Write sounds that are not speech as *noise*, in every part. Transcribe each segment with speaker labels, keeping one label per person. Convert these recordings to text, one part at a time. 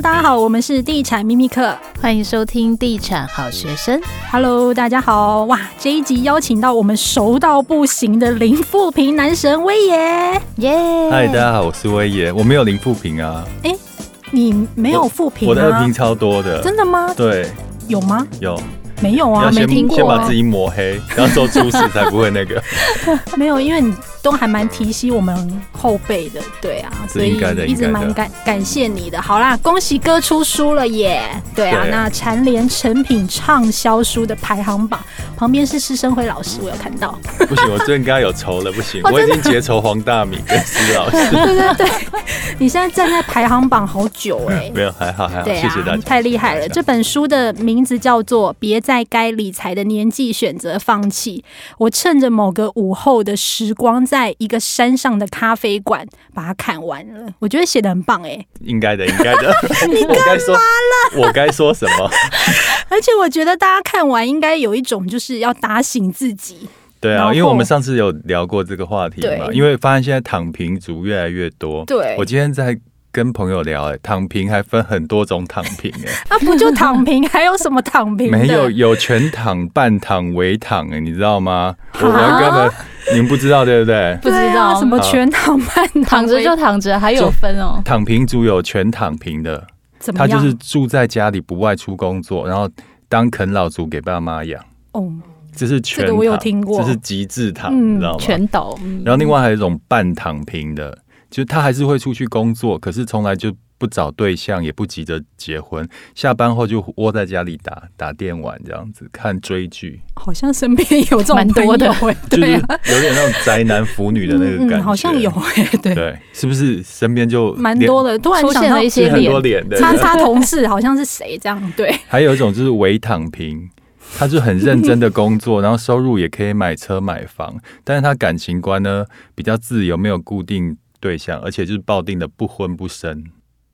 Speaker 1: 大家好，我们是地产秘密课。
Speaker 2: 欢迎收听《地产好学生》。
Speaker 1: Hello，大家好。哇，这一集邀请到我们熟到不行的零富平男神威爷。
Speaker 2: 耶！
Speaker 1: 哦
Speaker 3: 嗨，大家好，我是威爷，我没有零负评啊，
Speaker 1: 你没有富平
Speaker 3: 我的二
Speaker 1: 啊
Speaker 3: 评？超多的，
Speaker 1: 真的吗？
Speaker 3: 对，
Speaker 1: 有吗？
Speaker 3: 有，
Speaker 1: 没有啊
Speaker 3: 要，
Speaker 1: 没
Speaker 3: 先
Speaker 1: 听过
Speaker 3: 先把
Speaker 1: 啊
Speaker 3: 自。己抹黑，然后做
Speaker 1: *laughs*
Speaker 3: 出事才不会那个，
Speaker 1: 没有，因为你都还蛮提醒我们后辈的，对啊，
Speaker 3: 是
Speaker 1: 所以
Speaker 3: 应该的
Speaker 1: 一直
Speaker 3: 应该的
Speaker 1: 蛮感感谢你的。好啦，恭喜哥出书了耶！对啊，
Speaker 3: 对
Speaker 1: 那蝉联成品畅销书的排行榜，旁边是施生辉老师，我有看到。
Speaker 3: 不行，我最近跟他有仇了，不行，
Speaker 1: 哦
Speaker 3: 我已经结仇黄大米跟施老师，
Speaker 1: *laughs* 对对对，你现在站在排行榜好久哎、
Speaker 3: *laughs* 没有，还好还好，
Speaker 1: 对
Speaker 3: 谢谢大
Speaker 1: 啊，
Speaker 3: 家，
Speaker 1: 太厉害了！这本书的名字叫做《别在该理财的年纪选择放弃》。我趁着某个午后的时光，在一个山上的咖啡馆把它看完了。我觉得写的很棒哎、
Speaker 3: 应该的，应该
Speaker 1: *laughs*
Speaker 3: 的，我该说，我该说什么？
Speaker 1: 而且我觉得大家看完应该有一种就是要打醒自己。
Speaker 3: 对
Speaker 1: 然
Speaker 3: 啊，
Speaker 1: 后
Speaker 3: 因为我们上次有聊过这个话题嘛，
Speaker 1: 对
Speaker 3: 因为发现现在躺平族越来越多，
Speaker 1: 对
Speaker 3: 我今天在。跟朋友聊、哎，躺平还分很多种躺平、哎，
Speaker 1: 啊，不就躺平，还有什么躺平的？
Speaker 3: *laughs* 没有有全躺、半躺、微躺、哎，你知道吗？我们根
Speaker 1: 啊
Speaker 3: 本您不知道，对不对？
Speaker 2: 不知
Speaker 1: 对啊
Speaker 2: 道
Speaker 1: 什么全躺半
Speaker 2: 躺着就
Speaker 1: 为
Speaker 2: 躺着，还有分哦。
Speaker 3: 躺平族有全躺平的，
Speaker 1: 怎么
Speaker 3: 他
Speaker 1: 样？
Speaker 3: 就是住在家里不外出工作，然后当啃老族给爸妈养，
Speaker 1: 哦，
Speaker 3: 这是全躺，
Speaker 1: 这个我有听过
Speaker 3: 这是极致躺，
Speaker 1: 嗯
Speaker 3: 你知道吗？
Speaker 2: 全倒，嗯
Speaker 3: 然后另外还有一种半躺平的，就是他还是会出去工作，可是从来就不找对象，也不急着结婚，下班后就窝在家里打打电玩这样子，看追剧，
Speaker 1: 好像身边有这种
Speaker 2: 蛮
Speaker 1: 朋
Speaker 2: 多的
Speaker 1: 友哎、*laughs*
Speaker 3: 就是
Speaker 1: 对啊。嗯
Speaker 3: 有点那种宅男腐女的那个感觉，
Speaker 1: 好像有。哎、对，
Speaker 3: 对，是不是身边就
Speaker 1: 蛮多
Speaker 3: 的？
Speaker 1: 的。突然
Speaker 2: 出
Speaker 1: 想
Speaker 2: 现
Speaker 1: 到
Speaker 2: 了一些
Speaker 3: 很
Speaker 2: 脸
Speaker 3: 多，脸的，
Speaker 1: 叉叉 *laughs* 同事好像是谁这样，对，
Speaker 3: *laughs* 还有一种就是伪躺平，他就很认真的工作，
Speaker 1: *laughs*
Speaker 3: 然后收入也可以买车买房，但是他感情观呢比较自由，没有固定对象，而且就是抱定的不婚不生。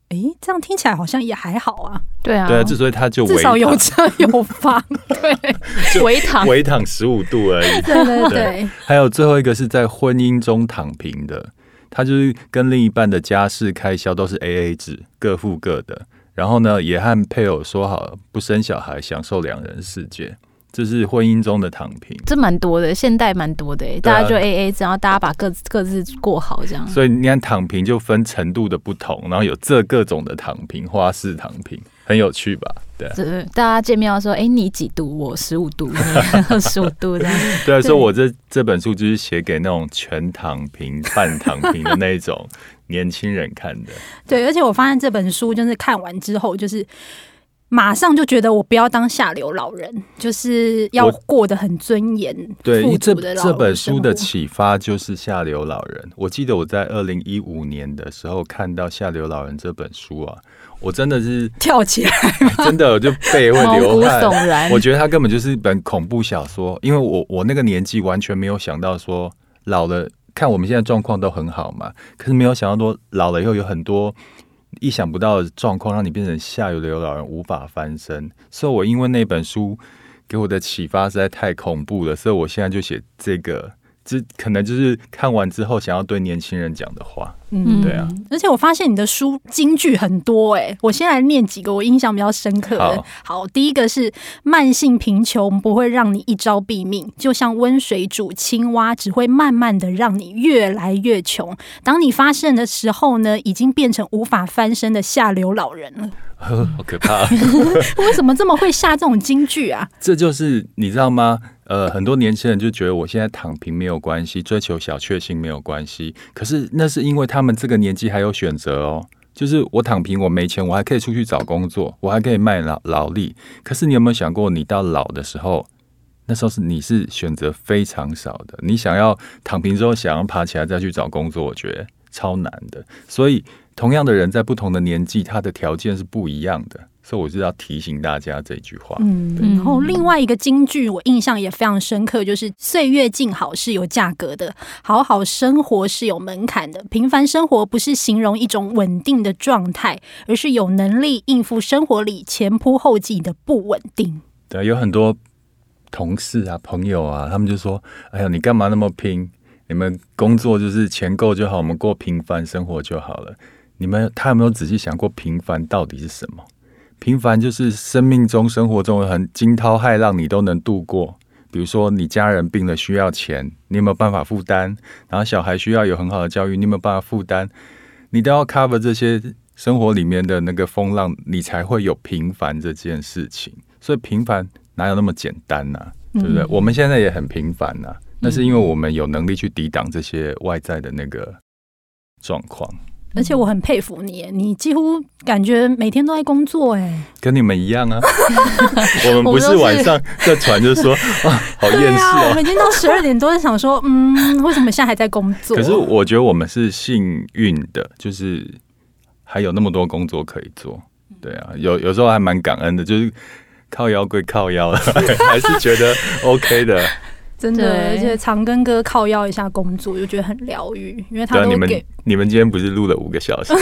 Speaker 1: 诶，这样听起来好像也还好啊，
Speaker 2: 对啊，
Speaker 3: 对啊，之所以他就
Speaker 1: 至
Speaker 3: 伪
Speaker 1: 少有
Speaker 3: 躺，
Speaker 1: 车有房， *laughs*
Speaker 2: 围躺，
Speaker 3: 伪躺十五度而已。
Speaker 1: 对对对
Speaker 3: 对，还有最后一个是在婚姻中躺平的，他就是跟另一半的家事开销都是 A A 制，各付各的。然后呢，也和配偶说好不生小孩，享受两人世界，这是婚姻中的躺平。
Speaker 2: 这蛮多的，现代蛮多的耶，
Speaker 3: 对
Speaker 2: 大
Speaker 3: 啊
Speaker 2: 家就 A A 制，然后大家把各自各自过好这样。
Speaker 3: 所以你看躺平就分程度的不同，然后有这各种的躺平、花式躺平，很有趣吧？对啊，
Speaker 2: 这大家见面要说，哎，你几度？我十五度， *laughs* 十五度这样。
Speaker 3: 对啊，所以我这这本书就是写给那种全躺平、半躺平的那一种年轻人看的。
Speaker 1: 对，而且我发现这本书就是看完之后，就是马上就觉得我不要当下流老人，就是要
Speaker 3: 我
Speaker 1: 过得很尊严、
Speaker 3: 对，因
Speaker 1: 富
Speaker 3: 为这
Speaker 1: 足的老
Speaker 3: 这本书的
Speaker 1: 生活
Speaker 3: 启发就是《下流老人》。我记得我在二零一五年的时候看到《下流老人》这本书啊，我真
Speaker 1: *laughs*
Speaker 3: 的是
Speaker 1: 跳起来，
Speaker 3: 真的我就背会
Speaker 2: 毛
Speaker 3: 流
Speaker 2: 骨
Speaker 3: 汗，
Speaker 2: 悚然
Speaker 3: 我觉得它根本就是一本恐怖小说，因为我我那个年纪完全没有想到说老了，看我们现在状况都很好嘛，可是没有想到说老了以后有很多意想不到的状况，让你变成下游流老人无法翻身。所以我因为那本书给我的启发实在太恐怖了，所以我现在就写这个。这可能就是看完之后想要对年轻人讲的话，
Speaker 1: 嗯。
Speaker 3: 对啊。
Speaker 1: 而且我发现你的书金句很多哎、我先来念几个我印象比较深刻的。好，第一个是慢性贫穷不会让你一朝毙命，就像温水煮青蛙，只会慢慢的让你越来越穷。当你发现的时候呢，已经变成无法翻身的下流老人了。
Speaker 3: 呵好可怕、
Speaker 1: 为什么这么会下这种金句啊？
Speaker 3: 这就是你知道吗？呃，很多年轻人就觉得我现在躺平没有关系，追求小确幸没有关系。可是那是因为他们这个年纪还有选择哦。就是我躺平，我没钱，我还可以出去找工作，我还可以卖劳劳力。可是你有没有想过，你到老的时候，那时候是你是选择非常少的。你想要躺平之后，想要爬起来再去找工作，我觉得超难的。所以，同样的人在不同的年纪，他的条件是不一样的。所以，我是要提醒大家这句话。
Speaker 1: 嗯，然后另外一个京剧我印象也非常深刻，就是“岁月静好是有价格的，好好生活是有门槛的。平凡生活不是形容一种稳定的状态，而是有能力应付生活里前仆后继的不稳定。
Speaker 3: 对，啊有很多同事啊、朋友啊，他们就说：“哎呀，你干嘛那么拼？你们工作就是钱够就好，我们过平凡生活就好了。”你们他有没有仔细想过平凡到底是什么？平凡就是生命中、生活中很惊涛骇浪，你都能度过。比如说，你家人病了需要钱，你有没有办法负担？然后小孩需要有很好的教育，你有没有办法负担？你都要 cover 这些生活里面的那个风浪，你才会有平凡这件事情。所以平凡哪有那么简单呐、对不对？我们现在也很平凡呐、那是因为我们有能力去抵挡这些外在的那个状况，
Speaker 1: 而且我很佩服你耶，你几乎感觉每天都在工作哎，
Speaker 3: 跟你们一样
Speaker 1: *laughs*
Speaker 3: 啊。我们不
Speaker 2: 我
Speaker 3: 是
Speaker 2: 们都是
Speaker 3: 晚上在传就说啊，好厌
Speaker 1: 对
Speaker 3: 世
Speaker 1: 啊，我
Speaker 3: 哦。
Speaker 1: 每天到十二点多在想说，嗯，为什么现在还在工作？
Speaker 3: 可是我觉得我们是幸运的，就是还有那么多工作可以做。对啊，有有时候还蛮感恩的，就是靠腰归靠腰，啊
Speaker 1: *laughs*
Speaker 3: 还是觉得 OK 的。
Speaker 1: *laughs* 真的，
Speaker 2: 对
Speaker 1: 而且长庚哥靠要一下工作，就觉得很疗愈，因为
Speaker 3: 对
Speaker 1: 他
Speaker 3: 啊，
Speaker 1: 都
Speaker 3: 你
Speaker 1: 会
Speaker 3: 们
Speaker 1: 给
Speaker 3: 你们今天不是录了五
Speaker 1: *laughs*
Speaker 3: 个小时吗，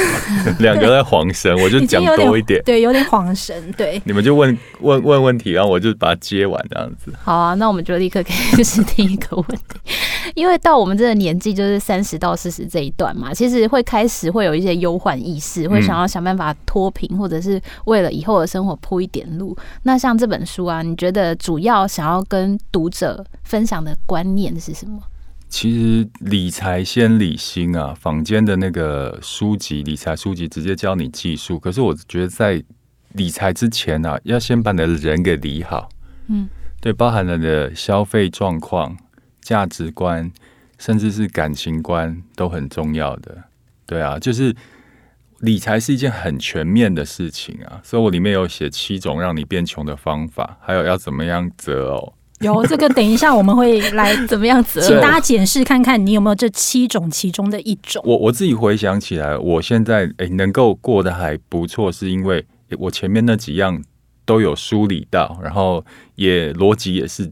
Speaker 3: 两个在晃神，我就
Speaker 1: 已
Speaker 3: 讲
Speaker 1: 经有
Speaker 3: 多一点。
Speaker 1: 对，有点恍神，对。
Speaker 3: 你们就问问问问题，然后我就把它接完这样子。
Speaker 2: 好啊，那我们就立刻开始第一个问题， *laughs* 因为到我们这个年纪，就是三十到四十这一段嘛，其实会开始会有一些忧患意识，
Speaker 1: 嗯
Speaker 2: 会想要想办法脱贫，或者是为了以后的生活铺一点路。那像这本书啊，你觉得主要想要跟读者分享的观念是什么？
Speaker 3: 其实理财先理心啊，坊间的那个书籍，理财书籍直接教你技术。可是我觉得在理财之前啊，要先把你的人给理好。
Speaker 2: 嗯，
Speaker 3: 对，包含了你的消费状况、价值观，甚至是感情观都很重要的。对啊，就是理财是一件很全面的事情啊，所以我里面有写七种让你变穷的方法，还有要怎么样择偶。
Speaker 1: 有这个，等一下我们会来
Speaker 2: 怎么样
Speaker 3: *laughs*
Speaker 2: 子？
Speaker 1: 请大家检视看看，你有没有这七种其中的一种。
Speaker 3: 我我自己回想起来，我现在诶、能够过得还不错，是因为、诶我前面那几样都有梳理到，然后也逻辑也是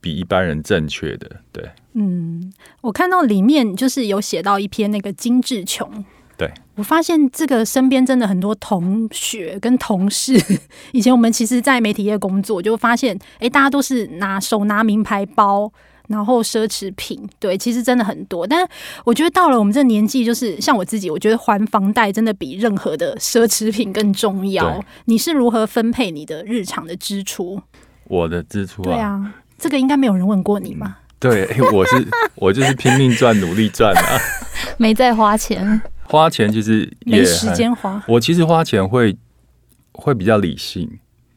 Speaker 3: 比一般人正确的。对，
Speaker 1: 嗯，我看到里面就是有写到一篇那个精致穷。
Speaker 3: 对，
Speaker 1: 我发现这个身边真的很多同学跟同事， *laughs* 以前我们其实，在媒体业工作，就发现，诶，大家都是拿手拿名牌包，然后奢侈品，对，其实真的很多。但我觉得到了我们这年纪，就是像我自己，我觉得还房贷真的比任何的奢侈品更重要
Speaker 3: 对。
Speaker 1: 你是如何分配你的日常的支出？
Speaker 3: 我的支出
Speaker 1: 对啊，这个应该没有人问过你吧？
Speaker 3: 对，诶我是我就是拼命赚，努力赚啊，
Speaker 2: 没在
Speaker 1: *laughs*
Speaker 2: 花钱，
Speaker 3: 花钱其实嗯也
Speaker 1: 没时
Speaker 3: 很
Speaker 1: 间花。
Speaker 3: 我其实花钱会会比较理性，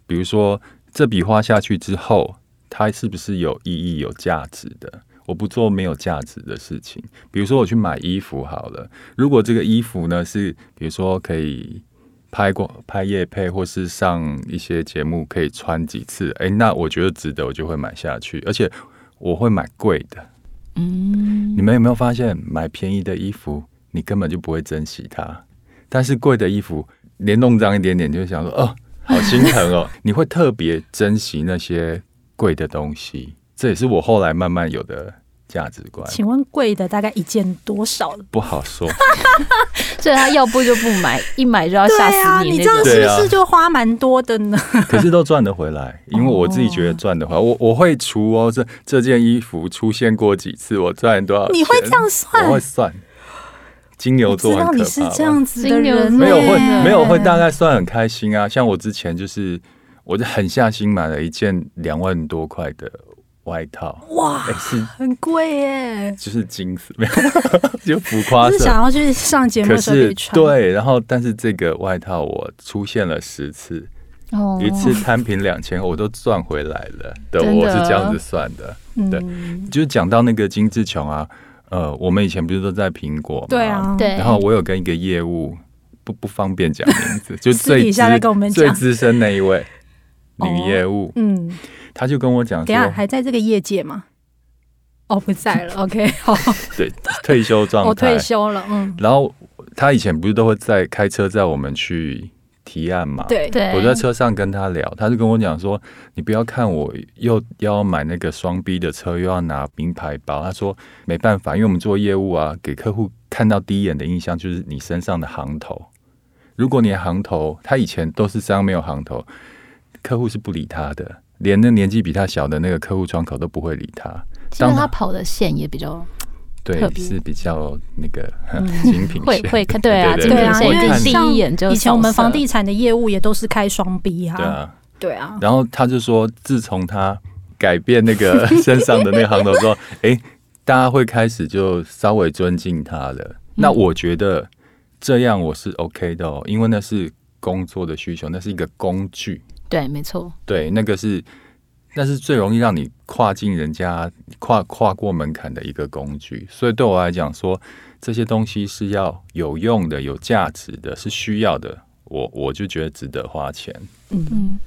Speaker 3: 比如说这笔花下去之后，它是不是有意义、有价值的？我不做没有价值的事情。比如说我去买衣服好了，如果这个衣服呢是，比如说可以拍过拍夜配，或是上一些节目可以穿几次，诶，那我觉得值得，我就会买下去，而且我会买贵的。
Speaker 2: 嗯，
Speaker 3: 你们有没有发现，买便宜的衣服你根本就不会珍惜它，但是贵的衣服连弄脏一点点，你就想说哦，好心疼哦，你会特别珍惜那些贵的东西。这也是我后来慢慢有的价值观，
Speaker 1: 请问贵的大概一件多少？
Speaker 3: 不好说。
Speaker 2: 所以他要不就不买，一买就要吓死
Speaker 1: 啊你这
Speaker 2: 那种
Speaker 1: 样。是
Speaker 3: 啊
Speaker 1: 不是就花蛮多的呢？
Speaker 3: *laughs* 可是都赚得回来，因为我自己觉
Speaker 1: 哦
Speaker 3: 得赚得回来。我我会除哦，这这件衣服出现过几次，我赚多少钱？
Speaker 1: 你会这样算
Speaker 3: 我会算。金牛
Speaker 1: 我知
Speaker 3: 座很
Speaker 1: 道
Speaker 3: 可
Speaker 1: 你
Speaker 3: 怕
Speaker 1: 是
Speaker 3: 吧
Speaker 1: 这样子的人，
Speaker 2: 金
Speaker 3: 没
Speaker 2: 牛
Speaker 3: 有
Speaker 2: 座
Speaker 3: 会
Speaker 2: 对
Speaker 3: 没有会大概算很开心啊。像我之前就是，我就狠下心买了一件两万多块的外套，
Speaker 1: 哇，
Speaker 3: 哎、是
Speaker 1: 很贵耶！
Speaker 3: 就是金丝，没有 *laughs* 就浮夸
Speaker 1: 就是
Speaker 3: 色。
Speaker 1: 想要去上节目
Speaker 3: 可
Speaker 1: 的时候可
Speaker 3: 是
Speaker 1: 以穿，，
Speaker 3: 对，然后但是这个外套我出现了十次，
Speaker 1: 啊
Speaker 2: 哦
Speaker 3: 一次摊平两千，我都赚回来了。对，
Speaker 2: 真的
Speaker 3: 我是这样子算的。对
Speaker 1: 嗯，
Speaker 3: 就是讲到那个金志琼啊，呃，我们以前不是都在苹果吗？
Speaker 1: 对啊，
Speaker 2: 对，
Speaker 3: 然后我有跟一个业务不不方便讲名
Speaker 1: *laughs*
Speaker 3: 字，就
Speaker 1: 私底
Speaker 3: 最
Speaker 1: 下
Speaker 3: 资
Speaker 1: 再跟我们
Speaker 3: 最
Speaker 1: 讲
Speaker 3: 资深那一位
Speaker 1: 哦
Speaker 3: 女业务，
Speaker 1: 嗯，
Speaker 3: 她就跟我讲
Speaker 1: 等一下
Speaker 3: 说，
Speaker 1: 还在这个业界吗？哦，不在 *laughs* 了，OK，好，
Speaker 3: 对退休状
Speaker 1: 我
Speaker 3: 态
Speaker 1: 哦退，休了，嗯，
Speaker 3: 然后她以前不是都会在开车载我们去提案嘛？。
Speaker 1: 对，
Speaker 2: 对，
Speaker 3: 我在车上跟她聊，她就跟我讲说：“你不要看我又要买那个双 B 的车，又要拿名牌包。”她说：“没办法，因为我们做业务啊，给客户看到第一眼的印象就是你身上的行头。如果你的行头，他以前都是身上没有行头，客户是不理他的，连那年纪比他小的那个客户窗口都不会理他。
Speaker 2: 其实
Speaker 3: 当
Speaker 2: 他跑的线也比较
Speaker 3: 对
Speaker 2: 特，别嗯
Speaker 3: 是比较那个呵精品
Speaker 2: 会
Speaker 3: 些
Speaker 2: 会看对啊
Speaker 3: 对
Speaker 1: 对啊，
Speaker 2: 这
Speaker 1: 因
Speaker 2: 个是
Speaker 3: 会
Speaker 1: 为
Speaker 3: 看
Speaker 2: 第一
Speaker 1: 像
Speaker 2: 眼就
Speaker 1: 以前我们
Speaker 2: 扫射
Speaker 1: 房地产的业务也都是开双 B
Speaker 3: 对啊。
Speaker 1: 对啊，
Speaker 3: 然后他就说，自从他改变那个身上的那个行头之后，诶，大家会开始就稍微尊敬他了。那我觉得这样我是 OK 的哦，因为那是工作的需求，那是一个工具，
Speaker 2: 对，没错，
Speaker 3: 对，那个是那是最容易让你跨进人家跨跨过门槛的一个工具。所以对我来讲说，这些东西是要有用的、有价值的，是需要的，我我就觉得值得花钱。
Speaker 2: 嗯，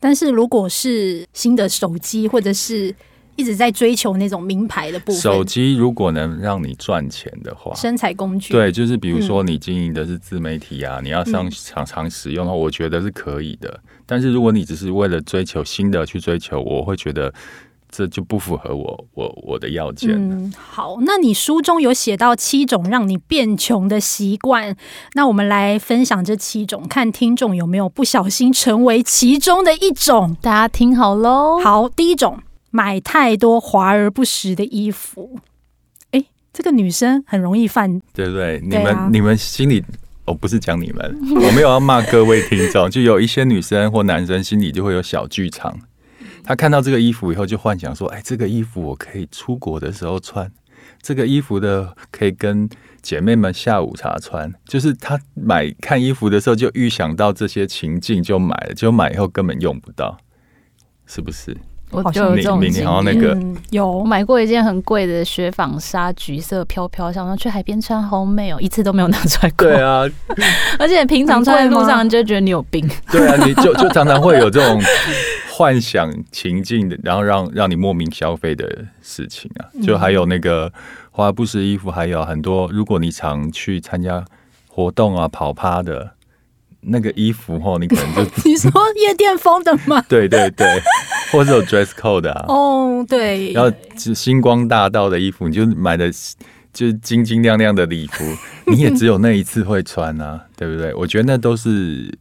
Speaker 1: 但是如果是新的手机或者是一直在追求那种名牌的部
Speaker 3: 手
Speaker 1: 分，
Speaker 3: 机如果能让你赚钱的话，
Speaker 1: 身材工具，
Speaker 3: 对，就是比如说你经营的是自媒体啊，你要上
Speaker 1: 嗯
Speaker 3: 常常使用的话，我觉得是可以的。但是如果你只是为了追求新的去追求，我会觉得这就不符合我我我的要件。
Speaker 1: 嗯，好，那你书中有写到七种让你变穷的习惯，那我们来分享这七种，看听众有没有不小心成为其中的一种。
Speaker 2: 大家听好喽。
Speaker 1: 好，第一种，买太多华而不实的衣服。哎，这个女生很容易犯，
Speaker 3: 对不对？你
Speaker 1: 对
Speaker 3: 们、
Speaker 1: 啊
Speaker 3: 你们心里，哦，不是讲你们， *laughs* 我没有要骂各位听众，就有一些女生或男生心里就会有小剧场，他看到这个衣服以后就幻想说，哎，这个衣服我可以出国的时候穿，这个衣服的可以跟姐妹们下午茶穿，就是他买看衣服的时候就预想到这些情境就买了，就买以后根本用不到，是不是？
Speaker 2: 我
Speaker 1: 好
Speaker 2: 就
Speaker 1: 像
Speaker 2: 有
Speaker 3: 你
Speaker 2: 这种
Speaker 3: 你
Speaker 2: 经
Speaker 3: 好像那
Speaker 2: 验
Speaker 3: 个
Speaker 1: 嗯，
Speaker 2: 我
Speaker 1: 有
Speaker 2: 买过一件很贵的雪纺纱，橘色飘飘，想说去海边穿好美哦，一次都没有拿出来过。
Speaker 3: 对啊，
Speaker 2: 而且平常穿在路
Speaker 1: 很贵吗
Speaker 2: 上，你就会觉得你有病。
Speaker 3: *laughs* 对啊，你就就常常会有这种幻想情境的，然后让让你莫名消费的事情啊。就还有那个华而不实衣服，还有很多，如果你常去参加活动啊、跑趴的那个衣服哦，你可能就？
Speaker 1: 你说夜店风的吗
Speaker 3: 对对对，或者有 dress code 的啊，
Speaker 1: 哦，对，
Speaker 3: 然后就星光大道的衣服，你就买的。就是晶晶亮亮的礼服，你也只有那一次会穿啊，对不对？我觉得那都是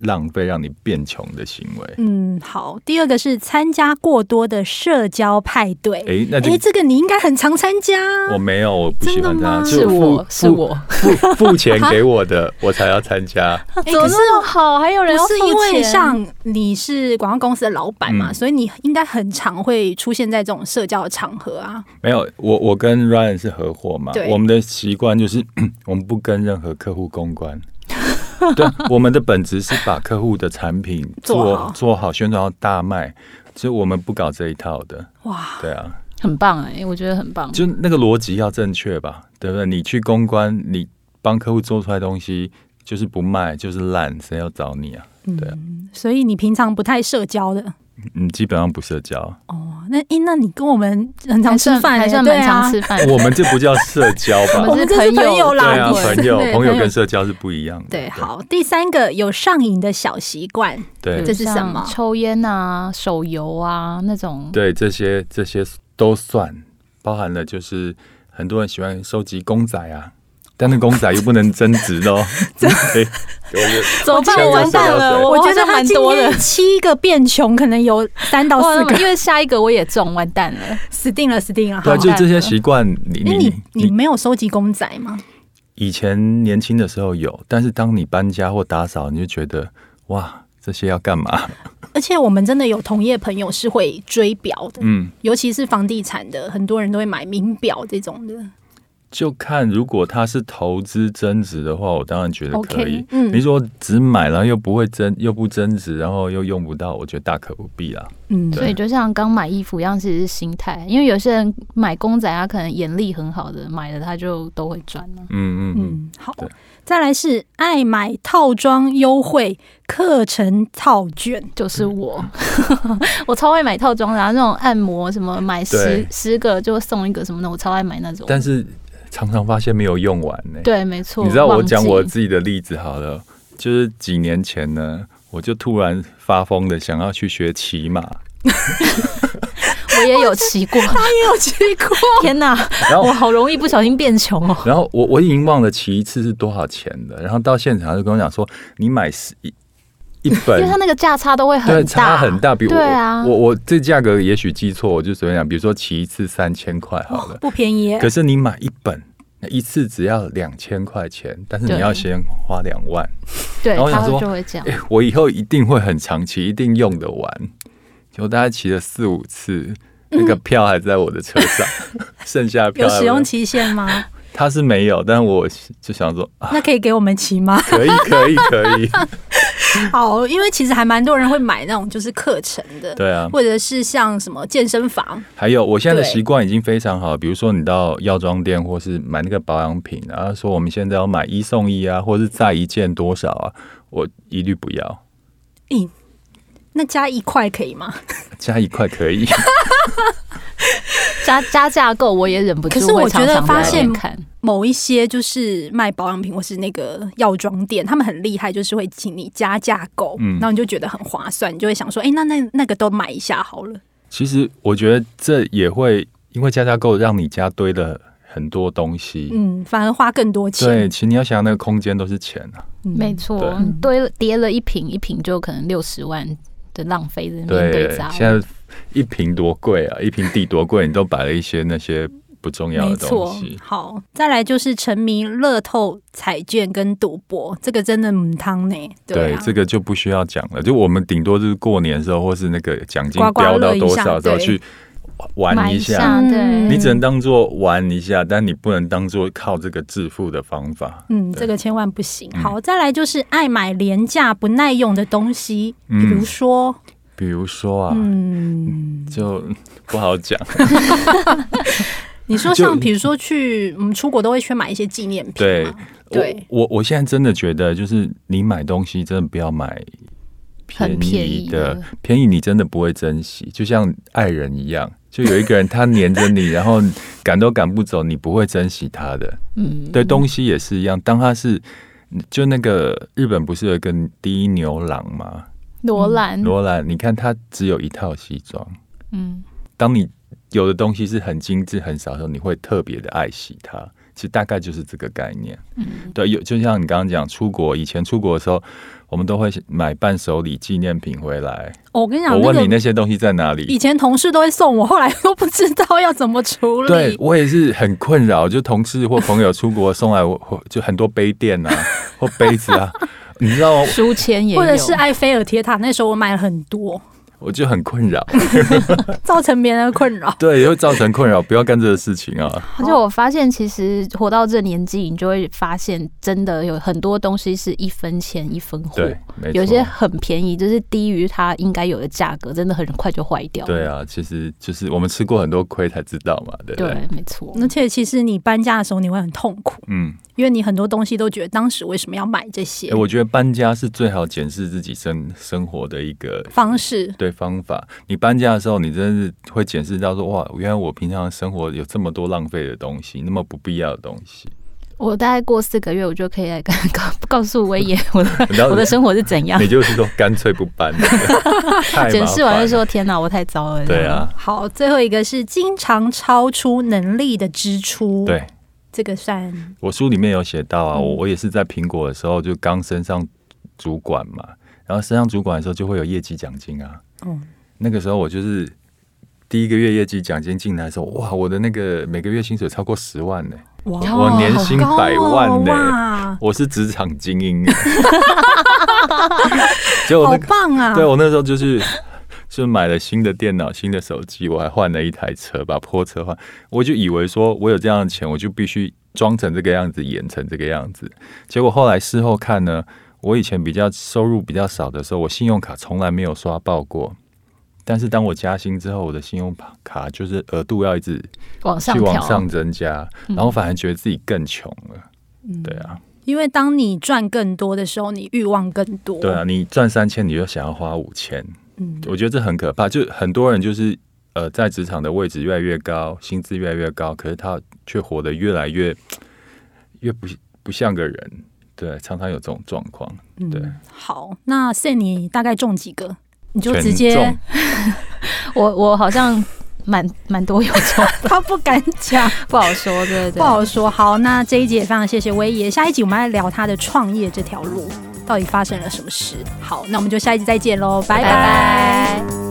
Speaker 3: 浪费让你变穷的行为。
Speaker 1: 嗯，好。第二个是参加过多的社交派对。
Speaker 3: 诶，那就
Speaker 1: 哎，这个你应该很常参加啊。
Speaker 3: 我没有，我不喜欢
Speaker 1: 真的
Speaker 3: 他，
Speaker 1: 吗
Speaker 3: 就是付
Speaker 2: 我是
Speaker 3: 付
Speaker 2: 我，
Speaker 1: *laughs*
Speaker 3: 付付钱给我的，我才要参加。
Speaker 1: 诶
Speaker 2: 怎么
Speaker 1: 可是
Speaker 2: 那么好？还有人要
Speaker 1: 不是因
Speaker 2: 付
Speaker 1: 为
Speaker 2: 钱
Speaker 1: 像你是广告公司的老板嘛，
Speaker 3: 嗯
Speaker 1: 所以你应该很常会出现在这种社交的场合啊。
Speaker 3: 没有，我我跟 Ryan 是合伙嘛，
Speaker 1: 对
Speaker 3: 我们的习惯就是 *clears throat* 我们不跟任何客户公关。对，我们的本质是把客户的产品
Speaker 1: 做
Speaker 3: 做
Speaker 1: 好
Speaker 3: 做好，宣传到大卖，所以我们不搞这一套的。
Speaker 1: 哇，
Speaker 3: 对啊，
Speaker 2: 很棒哎、我觉得很棒。
Speaker 3: 就那个逻辑要正确吧，对不对？你去公关，你帮客户做出来的东西就是不卖，就是烂，谁要找你啊？对啊，
Speaker 1: 所以你平常不太社交的
Speaker 3: 嗯，基本上不社交。
Speaker 1: 哦。那诶，那你跟我们很常
Speaker 2: 还
Speaker 1: 吃
Speaker 2: 算
Speaker 1: 饭欸、
Speaker 2: 还算
Speaker 1: 对
Speaker 2: 蛮常
Speaker 1: 啊。
Speaker 2: 吃饭的。
Speaker 3: *laughs* 我们这不叫社交
Speaker 2: 我
Speaker 1: 我
Speaker 3: 吧？
Speaker 1: 们
Speaker 2: 们是
Speaker 1: 这是
Speaker 2: 朋友
Speaker 1: 朋友
Speaker 3: 对
Speaker 1: 啦，
Speaker 3: 啊，
Speaker 1: 对
Speaker 3: 朋友
Speaker 1: 对
Speaker 3: 朋友跟社交是不一样的。
Speaker 1: 对，好，第三个有上瘾的小习惯，
Speaker 3: 对
Speaker 1: 这
Speaker 3: 对
Speaker 1: 是什么
Speaker 2: 像抽烟啊、手游啊那种。
Speaker 3: 对，这些这些都算包含了，就是很多人喜欢收集公仔啊，但那公仔又不能增值
Speaker 1: *laughs*
Speaker 3: 的哦。 *laughs* 对，啊我觉得
Speaker 2: 怎么
Speaker 3: 我
Speaker 2: 办？
Speaker 3: 想
Speaker 2: 我
Speaker 3: 要
Speaker 2: 完蛋
Speaker 3: 手摇
Speaker 2: 了！
Speaker 3: 水
Speaker 1: 我
Speaker 2: 好
Speaker 1: 觉得
Speaker 2: 像
Speaker 1: 他
Speaker 2: 蛮
Speaker 1: 今
Speaker 2: 多的 *laughs*
Speaker 1: 天。七个变穷，可能有三到四
Speaker 2: 哇
Speaker 1: 个
Speaker 2: 因为下一个我也中，完蛋了。
Speaker 1: 死定了，死定了。
Speaker 3: 对啊，
Speaker 1: 好
Speaker 3: 就这些习惯，你
Speaker 1: 因为
Speaker 3: 你
Speaker 1: 你你
Speaker 3: 你
Speaker 1: 没有收集公仔吗？
Speaker 3: 以前年轻的时候有，但是当你搬家或打扫，你就觉得哇，这些要干嘛？
Speaker 1: 而且我们真的有同业朋友是会追表的，
Speaker 3: 嗯，
Speaker 1: 尤其是房地产的，很多人都会买名表这种的。
Speaker 3: 就看如果它是投资增值的话，我当然觉得可以。
Speaker 1: OK，嗯
Speaker 3: 你说只买然后又不会增又不增值，然后又用不到，我觉得大可不必啦。
Speaker 1: 嗯，
Speaker 3: 对
Speaker 2: 所以就像刚买衣服一样，其实是心态。因为有些人买公仔，他可能眼力很好的，买了他就都会赚了。
Speaker 3: 嗯嗯嗯，
Speaker 1: 嗯，好
Speaker 3: 对。
Speaker 1: 再来是爱买套装优惠课程套卷，
Speaker 2: 就是
Speaker 3: 嗯
Speaker 2: 我， *laughs* 我超爱买套装的、啊，那种按摩什么买十
Speaker 3: 对
Speaker 2: 十个就送一个什么的，我超爱买那种。
Speaker 3: 但是常常发现没有用完呢、
Speaker 2: 对，没错。
Speaker 3: 你知道我
Speaker 2: 忘记
Speaker 3: 讲我自己的例子好了，就是几年前呢，我就突然发疯的想要去学骑马，
Speaker 2: 我也有骑
Speaker 3: *laughs*
Speaker 2: 过。
Speaker 1: 他也有去过。
Speaker 2: 天哪，
Speaker 3: 然后
Speaker 2: *laughs* 我好容易不小心变穷哦。
Speaker 3: 然后我我已经忘了骑一次是多少钱了，然后到现场就跟我讲说，你买十一一
Speaker 2: 因
Speaker 3: 本
Speaker 2: 为它那个价差都会很
Speaker 3: 对，
Speaker 2: 大，
Speaker 3: 差很大，比我、
Speaker 2: 对啊
Speaker 3: 我我这价格也许记错，我就随便讲，比如说骑一次三千块好了，
Speaker 1: 不便宜耶
Speaker 3: 可是你买一本。那一次只要两千块钱，但是你
Speaker 2: 对
Speaker 3: 要先花两万。
Speaker 2: 对
Speaker 3: 然后我，想
Speaker 2: 它
Speaker 3: 说
Speaker 2: 会就会这样
Speaker 3: 哎、。我以后一定会很长期，一定用得完。结果大概骑了四五次，那个票还在我的车
Speaker 2: *laughs*
Speaker 3: 上，剩下的票
Speaker 1: 有
Speaker 3: 还
Speaker 1: 使用
Speaker 3: 我
Speaker 1: 期限吗？
Speaker 3: 他是没有，但我就想
Speaker 2: *laughs*
Speaker 3: 说，啊、
Speaker 1: 那可以给我们骑
Speaker 3: *laughs*
Speaker 1: 吗？
Speaker 3: 可以，可以，可以，
Speaker 1: 好，因为其实还蛮多人会买那种就是课程的，
Speaker 3: 对啊。
Speaker 1: 或者是像什么健身房，
Speaker 3: 还有，我现在的
Speaker 1: 对
Speaker 3: 习惯已经非常好，比如说你到药妆店或是买那个保养品啊，然后说我们现在要买一送一啊，或是再一件多少啊，我一律不要，
Speaker 1: 咦、那加一块可以吗？
Speaker 3: 加一
Speaker 1: *laughs*
Speaker 3: 块可以。
Speaker 2: 加加价购我也忍不住
Speaker 1: 可是我
Speaker 2: 会常
Speaker 1: 觉得
Speaker 2: 常在
Speaker 1: 发
Speaker 2: 那
Speaker 1: 现
Speaker 2: 边看，
Speaker 1: 某一些就是卖保养品或是那个药妆店，他们很厉害，就是会请你加价购，
Speaker 3: 嗯
Speaker 1: 然后你就觉得很划算，你就会想说，哎、那那那个都买一下好了。
Speaker 3: 其实我觉得这也会因为加价购让你家堆了很多东西。
Speaker 1: 嗯，反而花更多钱。
Speaker 3: 对，其实你要想那个空间都是钱啊，
Speaker 1: 嗯
Speaker 2: 没错
Speaker 3: 对，
Speaker 2: 堆了叠了一瓶，一瓶就可能六十万的浪费在那边
Speaker 3: 对
Speaker 2: 堆，杂
Speaker 3: 现
Speaker 2: 物。
Speaker 3: 在一瓶多贵啊，一瓶地多贵，你都摆了一些那些不重要
Speaker 1: 没
Speaker 3: 的东
Speaker 1: 错
Speaker 3: 西，。
Speaker 1: 好，再来就是沉迷乐透、彩券跟赌博，这个真的母汤呢。
Speaker 3: 对，
Speaker 1: 啊，
Speaker 3: 这个就不需要讲了。就我们顶多就是过年的时候，或是那个奖金
Speaker 1: 刮刮
Speaker 3: 飙
Speaker 1: 乐
Speaker 3: 到
Speaker 1: 一
Speaker 3: 多
Speaker 1: 下
Speaker 3: 少时候
Speaker 1: 对
Speaker 3: 去玩
Speaker 2: 买
Speaker 3: 一
Speaker 2: 一
Speaker 3: 下，
Speaker 2: 下
Speaker 1: 嗯
Speaker 2: 对
Speaker 3: 你只能当做玩一下，但你不能当做靠这个致富的方法。
Speaker 1: 嗯，这个千万不行。
Speaker 3: 嗯
Speaker 1: 好，再来就是爱买廉价不耐用的东西，
Speaker 3: 嗯
Speaker 1: 比如说，
Speaker 3: 比如说啊，
Speaker 1: 嗯，
Speaker 3: 就 *laughs* 不好讲。
Speaker 1: 你说
Speaker 3: 就
Speaker 1: 像比如说去嗯出国都会去买一些纪念品，
Speaker 3: 对，
Speaker 1: *laughs* 对
Speaker 3: 我我我现在真的觉得，就是你买东西真的不要买
Speaker 2: 很便宜
Speaker 3: 的，
Speaker 2: 的
Speaker 3: 便宜你真的不会珍惜，就像爱人一样，就有一个人他黏
Speaker 1: *laughs*
Speaker 3: 着你，然后赶都赶不走，你不会珍惜他的。
Speaker 2: 嗯，
Speaker 3: 对，东西也是一样，当他是。就那个日本不是有一个第一牛郎吗？
Speaker 2: 罗
Speaker 1: 嗯
Speaker 2: 兰，
Speaker 3: 罗兰，你看他只有一套西装，
Speaker 2: 嗯，
Speaker 3: 当你有的东西是很精致、很少的时候，你会特别的爱惜它。其实大概就是这个概念。嗯，对，有就像你刚刚讲，出国以前出国的时候，我们都会买伴手礼、纪念品回来。
Speaker 1: 哦我跟你讲，
Speaker 3: 我问你
Speaker 1: 那
Speaker 3: 那
Speaker 1: 个
Speaker 3: 些东西在哪
Speaker 1: 以
Speaker 3: 里？
Speaker 1: 前同事都会送我，后来 *laughs* 都不知道要怎么处理。
Speaker 3: 对我也是很困扰，就同事或朋友出国送来我， *laughs* 我就很多杯垫啊，或杯子啊，你知道吗？
Speaker 2: 书签也有，哦
Speaker 1: 或者是埃菲尔铁塔，那时候我买了很多，
Speaker 3: 我就很困扰，
Speaker 1: 造成别人的困扰。
Speaker 3: 对，也会造成困扰，不要干这个事情
Speaker 2: *laughs*
Speaker 3: 啊。
Speaker 2: 而且我发现，其实活到这年纪，你就会发现，真的有很多东西是一分钱一分货
Speaker 3: 对，，没错。
Speaker 2: 有些很便宜，就是低于它应该有的价格，真的很快就坏掉。
Speaker 3: 对，啊，其实就是我们吃过很多亏才知道嘛，对不对？
Speaker 2: 对，没错。
Speaker 1: 而且其实你搬家的时候你会很痛苦，
Speaker 3: 嗯。
Speaker 1: 因为你很多东西都觉得当时为什么要买这些
Speaker 3: 欸我觉得搬家是最好检视自己生生活的一个
Speaker 1: 方式。
Speaker 3: 对方法。你搬家的时候，你真的是会检视到说，哇，原来我平常生活有这么多浪费的东西，那么不必要的东西。
Speaker 2: 我大概过四个月，我就可以来跟告告诉威爷我
Speaker 3: *laughs* 然
Speaker 2: 的
Speaker 3: 后
Speaker 2: 我的生活是怎
Speaker 3: *laughs*
Speaker 2: 样
Speaker 3: 你。就是说，干脆不
Speaker 2: *laughs*
Speaker 3: 搬了，太麻烦了
Speaker 2: 检视完就说：“天哪，我太糟了。”
Speaker 3: 对啊，，
Speaker 1: 好，最后一个是经常超出能力的支出，，
Speaker 2: 嗯
Speaker 3: 对。
Speaker 1: 这个算
Speaker 3: 我书里面有写到啊，
Speaker 1: 嗯
Speaker 3: 我我也是在苹果的时候就刚升上主管嘛，然后升上主管的时候就会有业绩奖金啊。
Speaker 1: 嗯
Speaker 3: 那个时候我就是第一个月业绩奖金进来的时候，哇，我的那个每个月薪水超过十万呢、
Speaker 1: 哇
Speaker 2: 哦
Speaker 3: 我年薪
Speaker 1: 好高
Speaker 3: 百万
Speaker 1: 哦
Speaker 3: 呢、
Speaker 1: 哇，
Speaker 3: 我是职场精
Speaker 2: *laughs*
Speaker 3: 英、欸。结果
Speaker 1: 好
Speaker 3: 那个，
Speaker 1: 棒啊！
Speaker 3: 对我那时候就是。 *laughs* 就买了新的电脑、新的手机，我还换了一台车，把破车换。我就以为说我有这样的钱，我就必须装成这个样子，演成这个样子。结果后来事后看呢，我以前比较收入比较少的时候，我信用卡从来没有刷爆过。但是当我加薪之后，我的信用卡就是额度要一直
Speaker 2: 往上
Speaker 3: 去往
Speaker 2: 调，嗯
Speaker 3: 上增加，然后反而觉得自己更穷了。对啊，
Speaker 1: 因为当你赚更多的时候，你欲望更多，
Speaker 3: 对啊，你赚三千，你就想要花五千，
Speaker 1: 嗯，
Speaker 3: 我觉得这很可怕。就很多人就是呃，在职场的位置越来越高，薪资越来越高，可是他却活得越来越越不不像个人。对，常常有这种状况。对，
Speaker 1: 嗯好，那 s 你大概中几个？你就直
Speaker 3: 权
Speaker 1: 接
Speaker 3: 重，
Speaker 2: 我我好像蛮蛮多有种，
Speaker 1: *laughs* 他不敢讲，
Speaker 2: *laughs* 不好说，对对对。
Speaker 1: 不好说。好，那这一集也非常谢谢威爷，下一集我们来聊他的创业这条路。到底发生了什么事。好，那我们就下一集再见喽，拜
Speaker 2: 拜
Speaker 1: 拜
Speaker 2: 拜。